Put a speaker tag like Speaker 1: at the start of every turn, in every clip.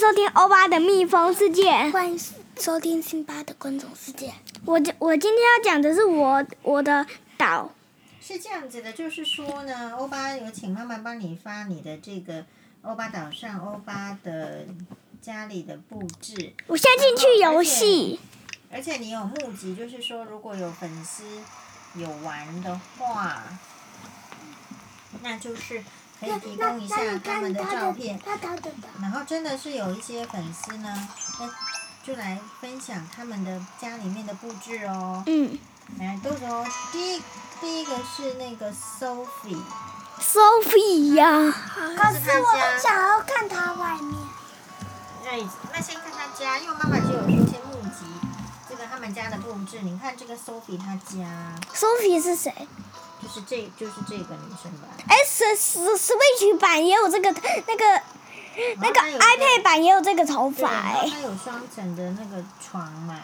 Speaker 1: 收听欧巴的蜜蜂世界。
Speaker 2: 欢迎收听辛巴的观众世界。
Speaker 1: 我今我今天要讲的是我我的岛，
Speaker 3: 是这样子的，就是说呢，欧巴有请妈妈帮你发你的这个欧巴岛上欧巴的家里的布置，
Speaker 1: 我现在进去游戏，
Speaker 3: 而且你有募集，就是说如果有粉丝有玩的话，那就是可以提供一下他们的照片。
Speaker 2: 他他的岛，
Speaker 3: 然后真的是有一些粉丝呢，哎，就来分享他们的家里面的布置哦。
Speaker 1: 嗯
Speaker 3: 来，都是哦，第一第一个是那个 Sophie，
Speaker 1: ，Sophie 呀、
Speaker 2: 可是我很想要看他外面。
Speaker 3: 那那先看他家，因为妈妈就有说先募集这个他们家的布置。你看这个 Sophie 她家
Speaker 1: Sophie 是谁？
Speaker 3: 就是这就是这个女生吧？
Speaker 1: 哎，Switch 版也有这个那个那个
Speaker 3: 然后啊她有一
Speaker 1: iPad 版也有这个头
Speaker 3: 对
Speaker 1: 发
Speaker 3: 然后
Speaker 1: 哎，
Speaker 3: 她有双层的那个床嘛，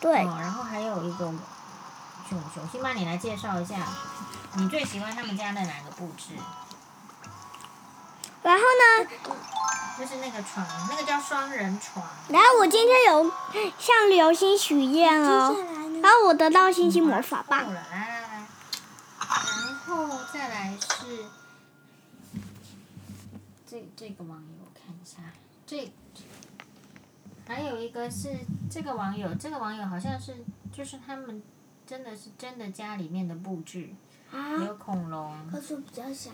Speaker 1: 对，
Speaker 3: 哦，然后还有一个熊熊，先帮你来介绍一下，你最喜欢他们家的哪个布置？
Speaker 1: 然后呢，
Speaker 3: 就是那个床，那个叫双人床。
Speaker 1: 然后我今天有向流星许愿
Speaker 2: 接下
Speaker 1: 哦，
Speaker 2: 来呢
Speaker 1: 然？后我得到星星魔法
Speaker 3: 够
Speaker 1: 棒，
Speaker 3: 了，来来来，然后再来是这这个网友，我看一下，这还有一个是这个网友，这个网友好像是就是他们真的是真的家里面的布置，
Speaker 2: 啊，
Speaker 3: 有恐龙，
Speaker 2: 可是我比较想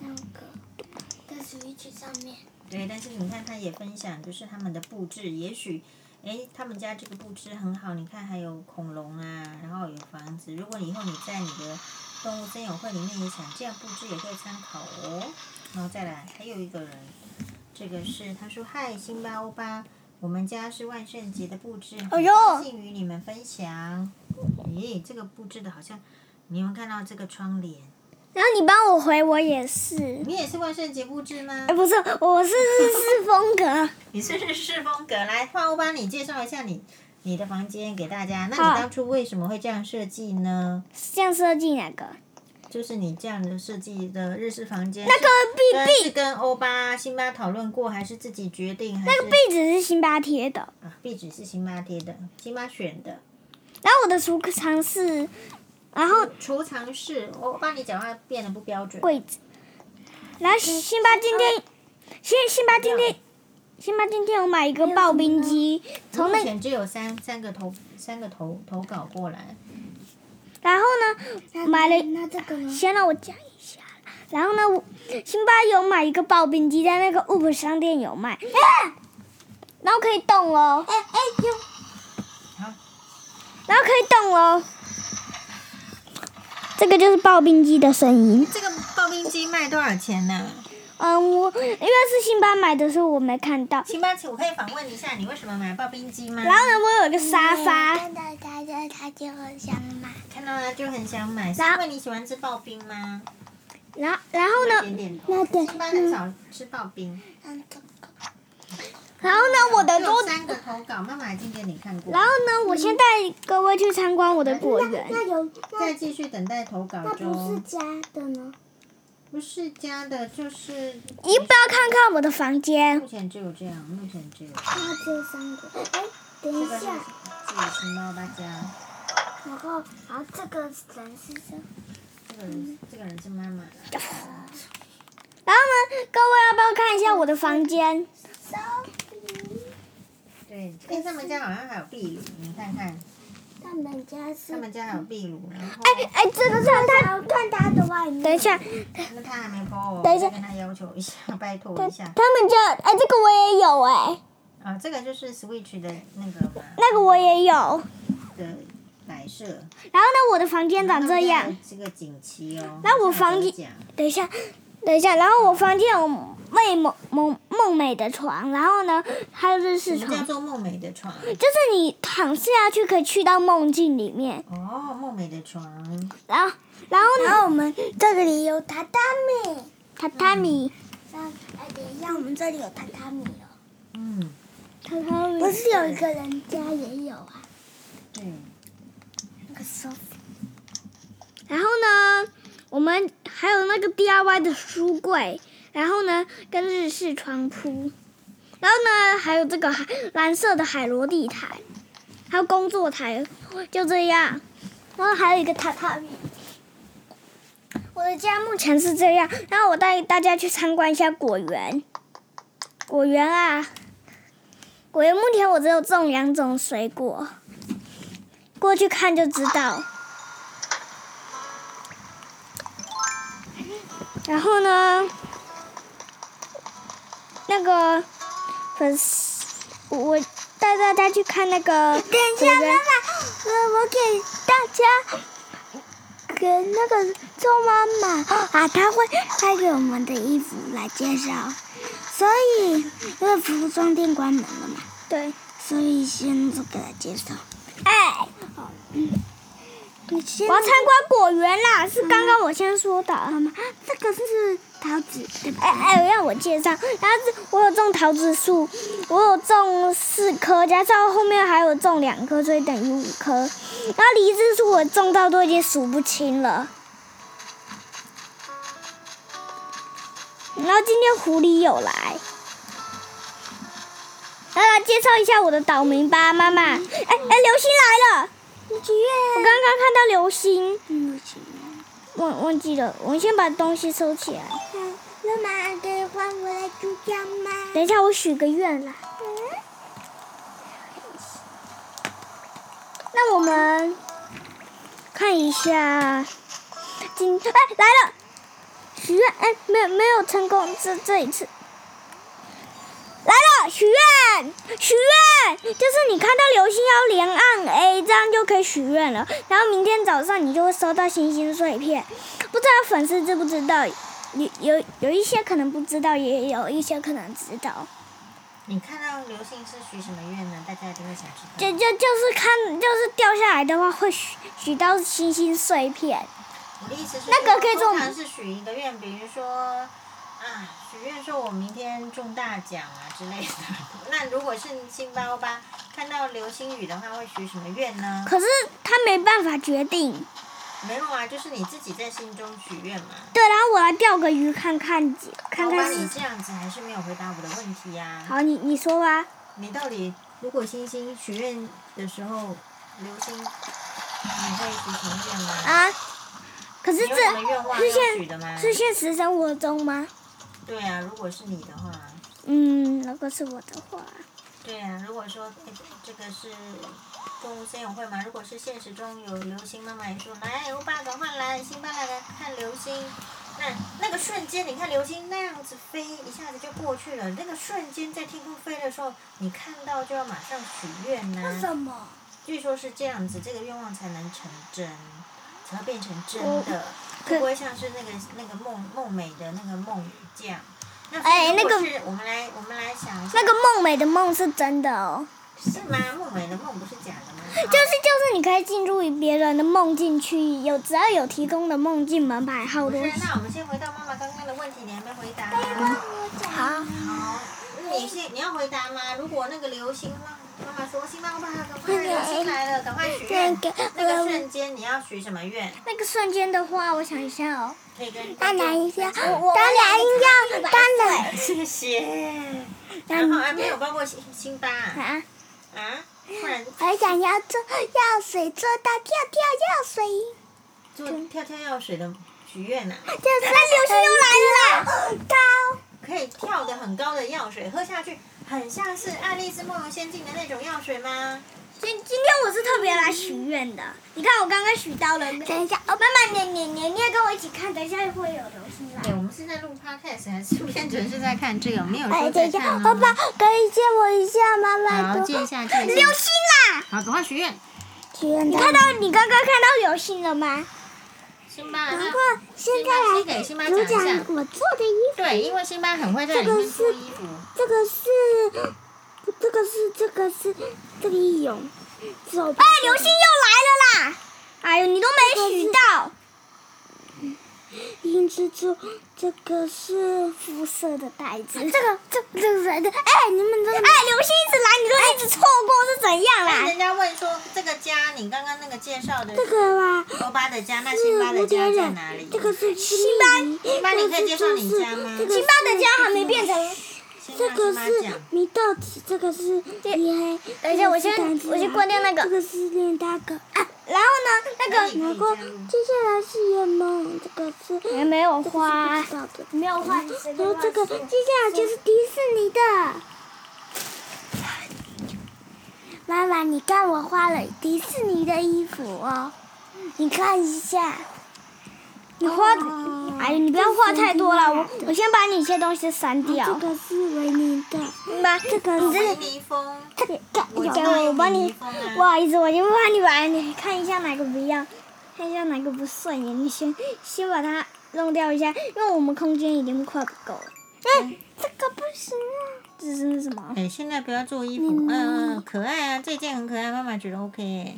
Speaker 2: 那个在 Switch 上面。
Speaker 3: 对，但是你看他也分享就是他们的布置，也许。诶，他们家这个布置很好，你看还有恐龙啊，然后有房子。如果以后你在你的动物森友会里面也想这样布置，也可以参考哦。然后再来，还有一个人，这个是他说：“嗨，辛巴欧巴，我们家是万圣节的布置，
Speaker 1: 哎
Speaker 3: 很
Speaker 1: 呦
Speaker 3: 高兴与你们分享。”咦，这个布置的好像，你有没有看到这个窗帘？
Speaker 1: 然后你帮我回我也是，
Speaker 3: 你也是万圣节布置吗
Speaker 1: 哎？不是，我是日式风格。
Speaker 3: 你是日式风格，来，换欧巴，你介绍一下你你的房间给大家。那
Speaker 1: 好
Speaker 3: 你当初为什么会这样设计呢？
Speaker 1: 这样设计哪个？
Speaker 3: 就是你这样的设计的日式房间，
Speaker 1: 那个
Speaker 3: 跟
Speaker 1: 壁
Speaker 3: 是
Speaker 1: 壁，
Speaker 3: 跟欧巴、辛巴讨论过，还是自己决定？还
Speaker 1: 那
Speaker 3: 是
Speaker 1: 个壁纸是辛巴贴的。
Speaker 3: 啊，壁纸是辛巴贴的，辛巴选的。
Speaker 1: 然后我的储藏室，然后
Speaker 3: 储藏室，我帮你讲话变得不标准。
Speaker 1: 柜子。然后辛巴今天，辛辛巴今天，辛巴今天有买一个刨冰机，从
Speaker 3: 目
Speaker 1: 那
Speaker 3: 前只有三三个投三个投投稿过来，
Speaker 1: 然后呢买了，
Speaker 2: 那这个呢？
Speaker 1: 先让我讲一下。然后呢，我辛巴有买一个刨冰机，在那个 Up 商店有卖，啊然后可以动哦，
Speaker 2: 哎哎呦，
Speaker 1: 然后可以动哦。这个就是刨冰机的声音。
Speaker 3: 这个刨冰机卖多少钱呢、
Speaker 1: 嗯，我因为是辛巴买的时候我没看到，
Speaker 3: 辛巴，请我可以访问一下你为什么买刨冰机吗？
Speaker 1: 然后呢，我有一个沙发，
Speaker 2: 看到他就他就很想买。
Speaker 3: 看到他就很想买，是
Speaker 1: 然后
Speaker 3: 因为你喜欢吃刨冰吗？
Speaker 1: 然后然后
Speaker 3: 点
Speaker 1: 呢，
Speaker 3: 点头。
Speaker 2: 那点
Speaker 3: 辛巴很少吃刨冰。
Speaker 2: 嗯，这个。
Speaker 1: 然后呢，我的
Speaker 3: 只有
Speaker 1: 桌，
Speaker 3: 三个投稿，妈妈已经给你看过
Speaker 1: 然。后呢，我先带各位去参观我的果园，
Speaker 2: 那有
Speaker 3: 再
Speaker 2: 那
Speaker 3: 继续等待投稿
Speaker 2: 那不是
Speaker 3: 中。
Speaker 2: 家的呢？
Speaker 3: 不是家的，就是
Speaker 1: 一定要看看我的房间
Speaker 3: 目。前只有这样，目前只有
Speaker 2: 那只有三个。哎，等
Speaker 3: 这
Speaker 2: 一
Speaker 3: 个是
Speaker 2: 下，
Speaker 3: 自己辛巴大家。
Speaker 2: 然后然后这个人是这样。
Speaker 3: 这个人，这个人是妈妈啦。
Speaker 1: 然后呢，各位要不要看一下我的房间？
Speaker 2: Sophie
Speaker 3: 对，哎，他们家好像还有壁炉，你看看，
Speaker 2: 他们家是
Speaker 3: 他们家还有壁炉，然后
Speaker 1: 哎哎，这个是他，
Speaker 2: 要看他的外面。
Speaker 1: 等一下，
Speaker 3: 那他还没播，
Speaker 1: 等一下
Speaker 3: 我再跟他要求一下，拜托
Speaker 1: 他
Speaker 3: 一下。
Speaker 1: 他们家，哎，这个我也有哎，
Speaker 3: 啊，这个就是 Switch 的那个嘛
Speaker 1: 那个我也有。然
Speaker 3: 的摆设，
Speaker 1: 后呢，我的房间长这
Speaker 3: 他们
Speaker 1: 样
Speaker 3: 家。有这个锦旗哦。
Speaker 1: 那我房间
Speaker 3: 间
Speaker 1: 等一下，等一下，然后我房间有妹梦梦梦美的床，然后呢还有日式
Speaker 3: 什么叫
Speaker 1: 床，
Speaker 3: 做梦美的床？
Speaker 1: 就是你躺下去可以去到梦境里面，
Speaker 3: 哦，梦美的床，
Speaker 1: 然后然后呢
Speaker 2: 然后我们这里有榻榻米。
Speaker 1: 榻榻米，
Speaker 2: 那哎，等一下，我们这里有榻榻米哦。
Speaker 3: 嗯，
Speaker 1: 榻榻米
Speaker 2: 不是有一个人家也有啊？
Speaker 3: 对，
Speaker 2: 那个 Sophie。
Speaker 1: 然后呢，我们还有那个 DIY 的书柜，然后呢跟日式床铺，然后呢，还有这个海蓝色的海螺地台，还有工作台，就这样。然后还有一个榻榻米。我的家目前是这样，然后我带大家去参观一下果园。果园啊，果园目前我只有种两种水果，过去看就知道。然后呢，那个粉丝，我带大家去看那个
Speaker 2: 等一下，
Speaker 1: 果
Speaker 2: 妈
Speaker 1: 园
Speaker 2: 妈，我我给大家给那个周妈妈啊，她会带给我们的衣服来介绍，所以因为服装店关门了嘛，
Speaker 1: 对，
Speaker 2: 所以先不给她介绍。嗯
Speaker 1: 哎，
Speaker 2: 你先
Speaker 1: 我要参观果园啦，是刚刚我先说的。
Speaker 2: 妈妈，这个是桃子对吧？
Speaker 1: 哎哎，让我介绍，然后是我有种桃子树，我有种四棵，加上后面还有种两棵，所以等于五棵。然后梨子树我种到都已经数不清了。然后今天狐狸有来，来来介绍一下我的岛民吧，妈妈。哎哎，流星来了，
Speaker 2: 你几
Speaker 1: 我刚
Speaker 2: 月？
Speaker 1: 刚看到流星，
Speaker 2: 嗯，我几月？
Speaker 1: 忘忘记了，我们先把东西收起来。
Speaker 2: 妈妈，可以换我来住家吗？
Speaker 1: 等一下，我许个愿啦。那我们看一下，今哎来了，许愿哎没有没有成功，这这一次来了许愿许愿，就是你看到流星要连按 A，这样就可以许愿了。然后明天早上你就会收到星星碎片，不知道粉丝知不知道？有有有一些可能不知道，也有一些可能知道。
Speaker 3: 你看到流星是许什么愿呢？大家一定会想知道。
Speaker 1: 就就就是看，就是掉下来的话会许许到星星碎片。
Speaker 3: 我的意思是，
Speaker 1: 那个可以做
Speaker 3: 通常是许一个愿，比如说啊，许愿说我明天中大奖啊之类的。 那如果是辛巴欧巴看到流星雨的话，会许什么愿呢？
Speaker 1: 可是他没办法决定。
Speaker 3: 没有啊，就是你自己在心中许愿嘛。
Speaker 1: 对，然后我来钓个鱼看看，看
Speaker 3: 欧巴，
Speaker 1: 看是。
Speaker 3: 你这样子还是没有回答我的问题呀、
Speaker 1: 好，你你说吧。
Speaker 3: 你到底如果星星许愿的时候，流星你会许什么愿吗？
Speaker 1: 啊？可是
Speaker 3: 你有什么
Speaker 1: 这
Speaker 3: 愿望
Speaker 1: 是
Speaker 3: 要许
Speaker 1: 现
Speaker 3: 的吗？
Speaker 1: 是现实生活中吗？
Speaker 3: 对啊，如果是你的话。
Speaker 1: 嗯，如果是我的话，
Speaker 3: 对呀、如果说哎这个是动物森友会嘛，如果是现实中有流星，妈妈也说来，欧巴赶快来，辛巴来来看流星。那那个瞬间，你看流星那样子飞，一下子就过去了。那个瞬间在天空飞的时候，你看到就要马上许愿
Speaker 1: 嗯
Speaker 3: 呐、
Speaker 2: 么？
Speaker 3: 据说是这样子，这个愿望才能成真，才会变成真
Speaker 1: 我
Speaker 3: 的，
Speaker 1: 哦可
Speaker 3: 会不会像是那个那个梦梦美的那个梦这样？那
Speaker 1: 哎
Speaker 3: 如果
Speaker 1: 那个
Speaker 3: 是我们来我们来想一下
Speaker 1: 那，个梦美的梦是真的哦，
Speaker 3: 是吗？梦美的梦不是假的吗？ 啊
Speaker 1: 就是就是你可以进入别人的梦境区，有只要有提供的梦境门牌号
Speaker 3: 不
Speaker 1: 都
Speaker 3: 是，
Speaker 1: 行。
Speaker 3: 那我们先回到妈妈刚刚的问题，你还没回答、
Speaker 1: 好，
Speaker 3: 好，你先你要回答吗？如果那个流星，妈妈妈说星巴克，赶快流星来了，赶快许愿。那个瞬间你要许什么愿？
Speaker 1: 呃那个瞬间的话，我想一下哦。
Speaker 3: 可以跟
Speaker 2: 当然一下，当
Speaker 1: 我
Speaker 2: 然一下，当然。
Speaker 3: 谢谢。然后啊还没有包括辛辛巴啊，
Speaker 1: 啊，
Speaker 3: 不然
Speaker 2: 我想要做药水，做到跳跳药水。
Speaker 3: 做跳跳药水的啊许愿呐、
Speaker 1: 哎
Speaker 2: 这是流星又来了啦！高，
Speaker 3: 可以跳得很高的药水，喝下去很像是《爱丽丝梦游仙境》的那种药水吗？
Speaker 1: 今今天我是特别来许愿的。你看我刚刚许到了，
Speaker 2: 等一下，
Speaker 1: 哦，妈妈，你你你你也跟我一起看，等一下会有流星来。
Speaker 3: 哎对，我们是在录 podcast，还是变成是在看这个？没有
Speaker 2: 哎，
Speaker 3: 说
Speaker 2: 等
Speaker 3: 在
Speaker 2: 一下，
Speaker 3: 看
Speaker 2: 爸
Speaker 3: 哦。
Speaker 2: 爸可以借我一下妈妈
Speaker 3: 好，
Speaker 2: 的
Speaker 3: 借一下，借一
Speaker 1: 流
Speaker 3: 下。
Speaker 1: 星啦！
Speaker 3: 好，赶快许愿。
Speaker 2: 天
Speaker 1: 你
Speaker 2: 的。
Speaker 1: 看到你刚刚看到流星了吗？
Speaker 3: 辛巴，啊
Speaker 2: 不
Speaker 3: 那
Speaker 2: 过现
Speaker 3: 辛巴先
Speaker 2: 在
Speaker 3: 给辛巴
Speaker 2: 来
Speaker 3: 讲
Speaker 2: 主
Speaker 3: 一
Speaker 2: 讲
Speaker 3: 下。
Speaker 2: 我做的衣服，
Speaker 3: 对，因为辛巴很会在里面做衣服。
Speaker 2: 这个是，这个是，这个是，这里有，手。
Speaker 1: 哎，流星又来了啦！哎呦，你都没许到。
Speaker 2: 银蜘蛛，这个是肤色的袋子，这个这这个人的，哎，你们真的
Speaker 1: 哎，流星一直来，你都一直错过是怎
Speaker 2: 啊
Speaker 1: 样
Speaker 3: 但
Speaker 1: 啦？
Speaker 3: 人家问说这个家，你刚刚那个介绍的
Speaker 2: 这个啦，
Speaker 3: 欧巴的家，那辛巴
Speaker 2: 是
Speaker 3: 的
Speaker 2: 蝴蝶
Speaker 3: 家在哪里
Speaker 2: 忍，？这个是西
Speaker 1: 班
Speaker 2: 班
Speaker 3: 班你可以介绍你家吗
Speaker 2: 这个
Speaker 1: 辛巴的家还没变成
Speaker 3: 先
Speaker 2: 这
Speaker 3: 让
Speaker 2: 个
Speaker 3: 妈妈
Speaker 2: 是
Speaker 3: 讲
Speaker 2: 米豆子，这个是
Speaker 1: 这
Speaker 2: 黑黑，
Speaker 1: 等一下
Speaker 2: 这个
Speaker 1: 我
Speaker 2: 是
Speaker 1: 先
Speaker 2: 弹吉
Speaker 1: 我先
Speaker 2: 他
Speaker 1: 关掉那个
Speaker 2: 这个是练大哥。
Speaker 1: 啊，然后呢，那
Speaker 3: 那你
Speaker 1: 个
Speaker 2: 然
Speaker 3: 可以
Speaker 2: 后
Speaker 3: 这样
Speaker 2: 接下来是夜梦，这个是这个
Speaker 1: 哎
Speaker 2: 是
Speaker 1: 没有
Speaker 2: 不
Speaker 1: 花哦
Speaker 2: 知道的。
Speaker 1: 没有换
Speaker 2: 然后这个接下来就是迪士尼的。妈妈，你看我画了迪士尼的衣服哦，你看一下。
Speaker 1: 你画
Speaker 2: 哦，
Speaker 1: 哎，你不要画太多了，我
Speaker 2: 这是啊
Speaker 1: 我先把你一些东西删
Speaker 2: 哦这
Speaker 1: 掉。
Speaker 2: 个是维尼的，
Speaker 1: 你把
Speaker 2: 这个
Speaker 1: 你
Speaker 3: 维
Speaker 1: 这
Speaker 3: 尼风，
Speaker 1: 这个
Speaker 3: 我
Speaker 1: 给我，我帮你
Speaker 3: 我帮你。
Speaker 1: 不好意思，我就帮你把你看一下哪个不一样，看一下哪个不顺眼，你先先把它弄掉一下，因为我们空间已经快不够了。哎，这个不行啊！这是什么？
Speaker 3: 哎，现在不要做衣服，嗯嗯，嗯可爱啊，这件很可爱，妈妈觉得 OK 哎，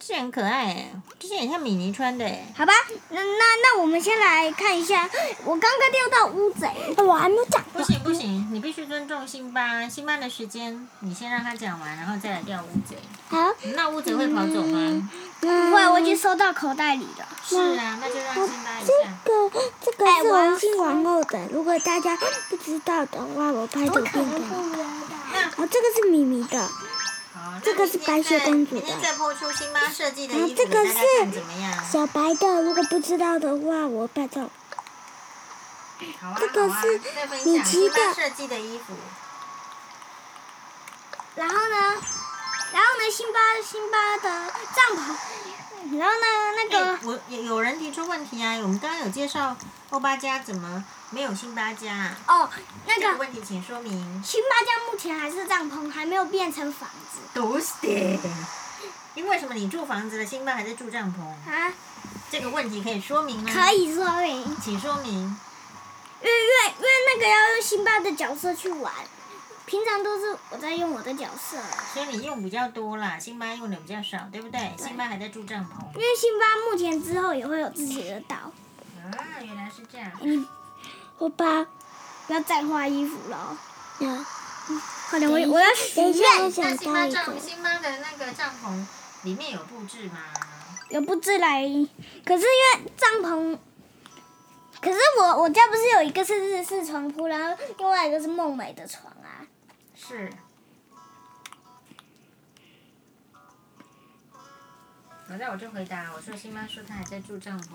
Speaker 3: 这件很可爱哎，这件很像米妮穿的哎，
Speaker 1: 好吧，那那那我们先来看一下，我刚刚掉到乌贼。
Speaker 2: 我还没有讲
Speaker 3: 不行不行，你必须尊重辛巴，辛巴的时间，你先让他讲完，然后再来钓乌贼。
Speaker 2: 好。
Speaker 3: 那乌贼会跑走
Speaker 2: 嗯
Speaker 3: 吗？
Speaker 1: 不
Speaker 2: 不
Speaker 1: 会，我已经收到口袋里了。
Speaker 3: 是啊，那就让辛巴一下。
Speaker 2: 这个这个
Speaker 1: 哎
Speaker 2: 是
Speaker 1: 我要
Speaker 2: 玩具玩偶的，如果大家不知道的话，我拍图片给你。哦，这个是米米的，
Speaker 3: 好，那
Speaker 2: 这个是白雪公主的
Speaker 3: 明天再播出辛巴设计的
Speaker 2: 然后
Speaker 3: 衣服，
Speaker 2: 这个
Speaker 3: 大家看
Speaker 2: 是
Speaker 3: 怎么样？
Speaker 2: 小白的，如果不知道的话，我拍照。
Speaker 3: 好啊，
Speaker 2: 这个
Speaker 3: 好啊
Speaker 2: 是
Speaker 3: 再分
Speaker 2: 米
Speaker 3: 享
Speaker 2: 奇
Speaker 3: 辛巴
Speaker 2: 的
Speaker 3: 设计的衣服。
Speaker 1: 然后呢，然后呢，辛巴辛巴的帐篷，然后呢，那
Speaker 3: 哎
Speaker 1: 个
Speaker 3: 我有有人提出问题啊，我们刚刚有介绍欧巴家怎么没有辛巴家啊？
Speaker 1: 哦，那
Speaker 3: 这个
Speaker 1: 个
Speaker 3: 问题请说明。
Speaker 1: 辛巴家目前还是帐篷，还没有变成房子
Speaker 3: 都是的。 因为什么你住房子了，辛巴还在住帐篷？
Speaker 1: 啊。
Speaker 3: 这个问题可以说明吗？
Speaker 1: 可，以说明，因为
Speaker 3: 请说明。
Speaker 1: 因为因为那个要用辛巴的角色去玩，平常都是我在用我的角色，
Speaker 3: 所以你用比较多啦，辛巴用的比较少，对不对？辛巴还在住帐篷。
Speaker 1: 因为辛巴目前之后也会有自己的岛，
Speaker 3: 啊，原来是这样。
Speaker 2: 我把呃
Speaker 1: 不要再画衣服了哦。
Speaker 2: 那
Speaker 1: 快点，我我要许
Speaker 2: 等一下，我
Speaker 1: 愿，
Speaker 3: 那
Speaker 2: 想
Speaker 3: 辛
Speaker 2: 到
Speaker 3: 巴
Speaker 2: 一个
Speaker 3: 帐，辛巴的那个帐篷里面有布置吗？
Speaker 1: 有布置来，可是因为帐篷，可是我我家不是有一个是日式床铺，然后另外一个是梦美的床啊。
Speaker 3: 是。好，那我就回答，我说辛巴说他还在住帐篷。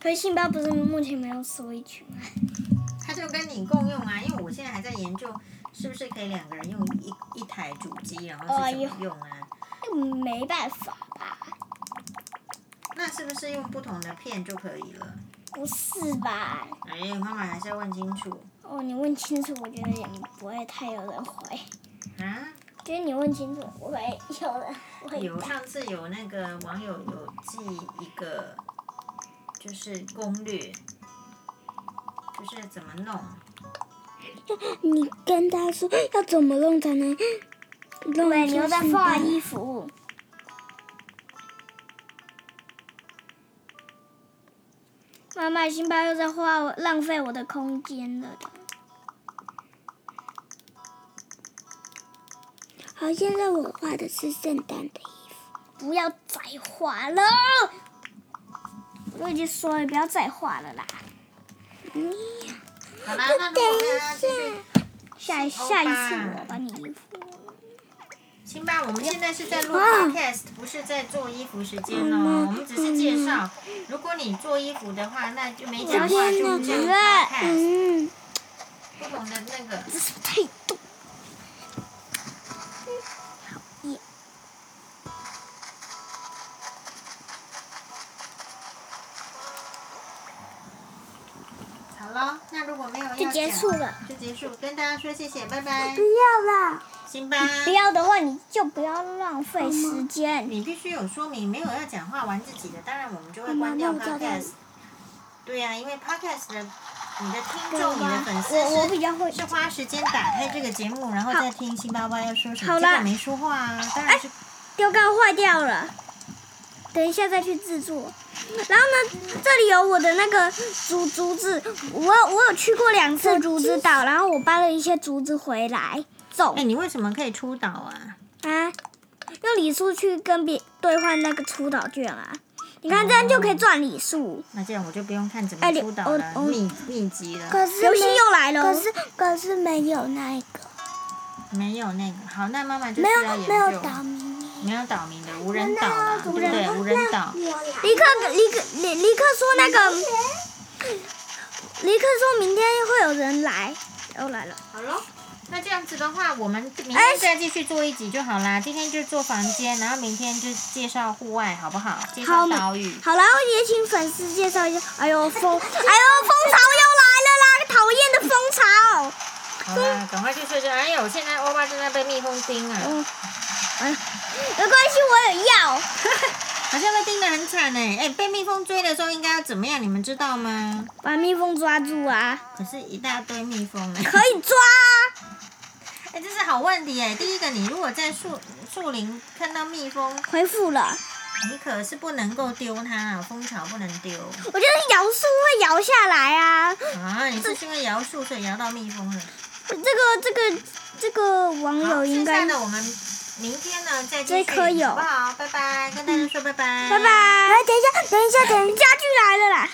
Speaker 1: 可是辛巴不是目前没有 Switch 吗？
Speaker 3: 他就跟你共用啊，因为我现在还在研究是不是可以两个人用一一台主机，然后
Speaker 1: 哎
Speaker 3: 是
Speaker 1: 呦
Speaker 3: 怎么用啊？
Speaker 1: 那没办法吧？
Speaker 3: 那是不是用不同的片就可以了？
Speaker 1: 不是吧？
Speaker 3: 哎，妈妈还是要问清楚
Speaker 1: 哦，你问清楚，我觉得也不会太有人回。
Speaker 3: 啊。
Speaker 1: 觉得你问清楚，我会有人我会
Speaker 3: 有上次有那个网友有寄一个，就是攻略，就是怎么弄。
Speaker 2: 你跟他说要怎么弄才能弄
Speaker 1: 对，
Speaker 2: 出
Speaker 1: 你又在
Speaker 2: 新
Speaker 1: 画
Speaker 2: 的
Speaker 1: 衣服。妈妈，辛巴又在画我，浪费我的空间了。
Speaker 2: 好，现在我画的是圣诞的衣服。
Speaker 1: 不要再画了，我已经说了不要再画了啦。
Speaker 3: 好啦，那如果大
Speaker 1: 嗯
Speaker 3: 家继续，
Speaker 1: 下一
Speaker 3: 欧巴
Speaker 1: 下一次我把你衣服，
Speaker 3: 辛巴，我们现在是在录 podcast，不是在做衣服时间哦。我们只是介绍，如果你做衣服的话，那就没讲话就这样 podcast。
Speaker 2: 嗯，
Speaker 3: 不同的那个，
Speaker 1: 这是态度。
Speaker 3: 好了，那如果没有要
Speaker 1: 就结
Speaker 3: 讲
Speaker 1: 束了，
Speaker 3: 就结束，跟大家说谢谢，拜拜
Speaker 2: 不，要啦。
Speaker 1: 嗯
Speaker 3: 辛巴。
Speaker 1: 不要的话，你就不要浪费时间。
Speaker 3: 你必须有说明，没有要讲话玩自己的，当然我们就会
Speaker 2: 妈妈
Speaker 3: 关掉
Speaker 2: 那我教练
Speaker 3: podcast。对呀、因为 podcast 的你的听
Speaker 1: 对
Speaker 3: 众、你的
Speaker 1: 吧
Speaker 3: 粉丝
Speaker 1: 我我
Speaker 3: 是
Speaker 1: 比较会。
Speaker 3: 是花时间打开这个节目，然后再听辛巴巴要说什么，
Speaker 1: 好
Speaker 3: 这
Speaker 1: 啦
Speaker 3: 个没说话啊，当然是
Speaker 1: 丢缸坏掉了，等一下再去制作。然后呢，这里有我的那个竹竹子，我我有去过两次竹子岛，然后我搬了一些竹子回来种
Speaker 3: 哎、你为什么可以出岛啊？
Speaker 1: 啊，用礼数去跟别兑换那个出岛券啊。你看这样就可以赚礼数。
Speaker 3: 那这样我就不用看怎
Speaker 1: 哎
Speaker 3: 么
Speaker 1: 你
Speaker 3: 出岛
Speaker 1: 我
Speaker 3: 了，
Speaker 1: 我
Speaker 3: 秘秘籍了，
Speaker 2: 可是
Speaker 1: 游戏
Speaker 2: 没
Speaker 1: 又来了
Speaker 2: 可是可是没有那一个，
Speaker 3: 没有那个。好，那妈妈就是
Speaker 2: 没
Speaker 3: 要
Speaker 2: 有
Speaker 3: 研
Speaker 2: 没有
Speaker 3: 究，
Speaker 2: 岛民。
Speaker 3: 没有岛民的无人岛啦，对不对？无人岛，
Speaker 1: 尼克，尼克，尼尼克说那个，尼克说明天会有人来，又来了。
Speaker 3: 好喽，那这样子的话，我们明天再继续做一集就好啦。今天就做房间，然后明天就介绍户外，好不好？介
Speaker 1: 好
Speaker 3: 绍岛屿。
Speaker 1: 好，然后也请粉丝介绍一下。哎呦风，哎 呦风潮又来了啦！讨厌的风潮。
Speaker 3: 好啦，赶快去睡觉。哎呦，现在欧巴正在被蜜蜂叮啊，
Speaker 1: 嗯，哎呀，没关系，我有药。
Speaker 3: 好像被叮得很惨哎。哎，被蜜蜂追的时候应该要怎么样？你们知道吗？
Speaker 1: 把蜜蜂抓住啊！
Speaker 3: 可是，一大堆蜜蜂哎。
Speaker 1: 可以抓啊！
Speaker 3: 哎，这是好问题哎。第一个，你如果在树树林看到蜜蜂，
Speaker 1: 回复了，
Speaker 3: 你可是不能够丢它啊，蜂巢不能丢
Speaker 1: 我觉得摇树会摇下来啊。
Speaker 3: 啊。你是因为摇树所以摇到蜜蜂 了。
Speaker 1: 这个这个这个网
Speaker 3: 好，
Speaker 1: 友应
Speaker 3: 剩
Speaker 1: 该
Speaker 3: 下，的我们明天呢再继
Speaker 1: 这
Speaker 3: 续，
Speaker 1: 颗有
Speaker 3: 好不好？拜拜，跟大家说拜拜，
Speaker 1: 拜拜。
Speaker 2: 哎，等一下，等一下，等一下。
Speaker 1: 家具来了啦！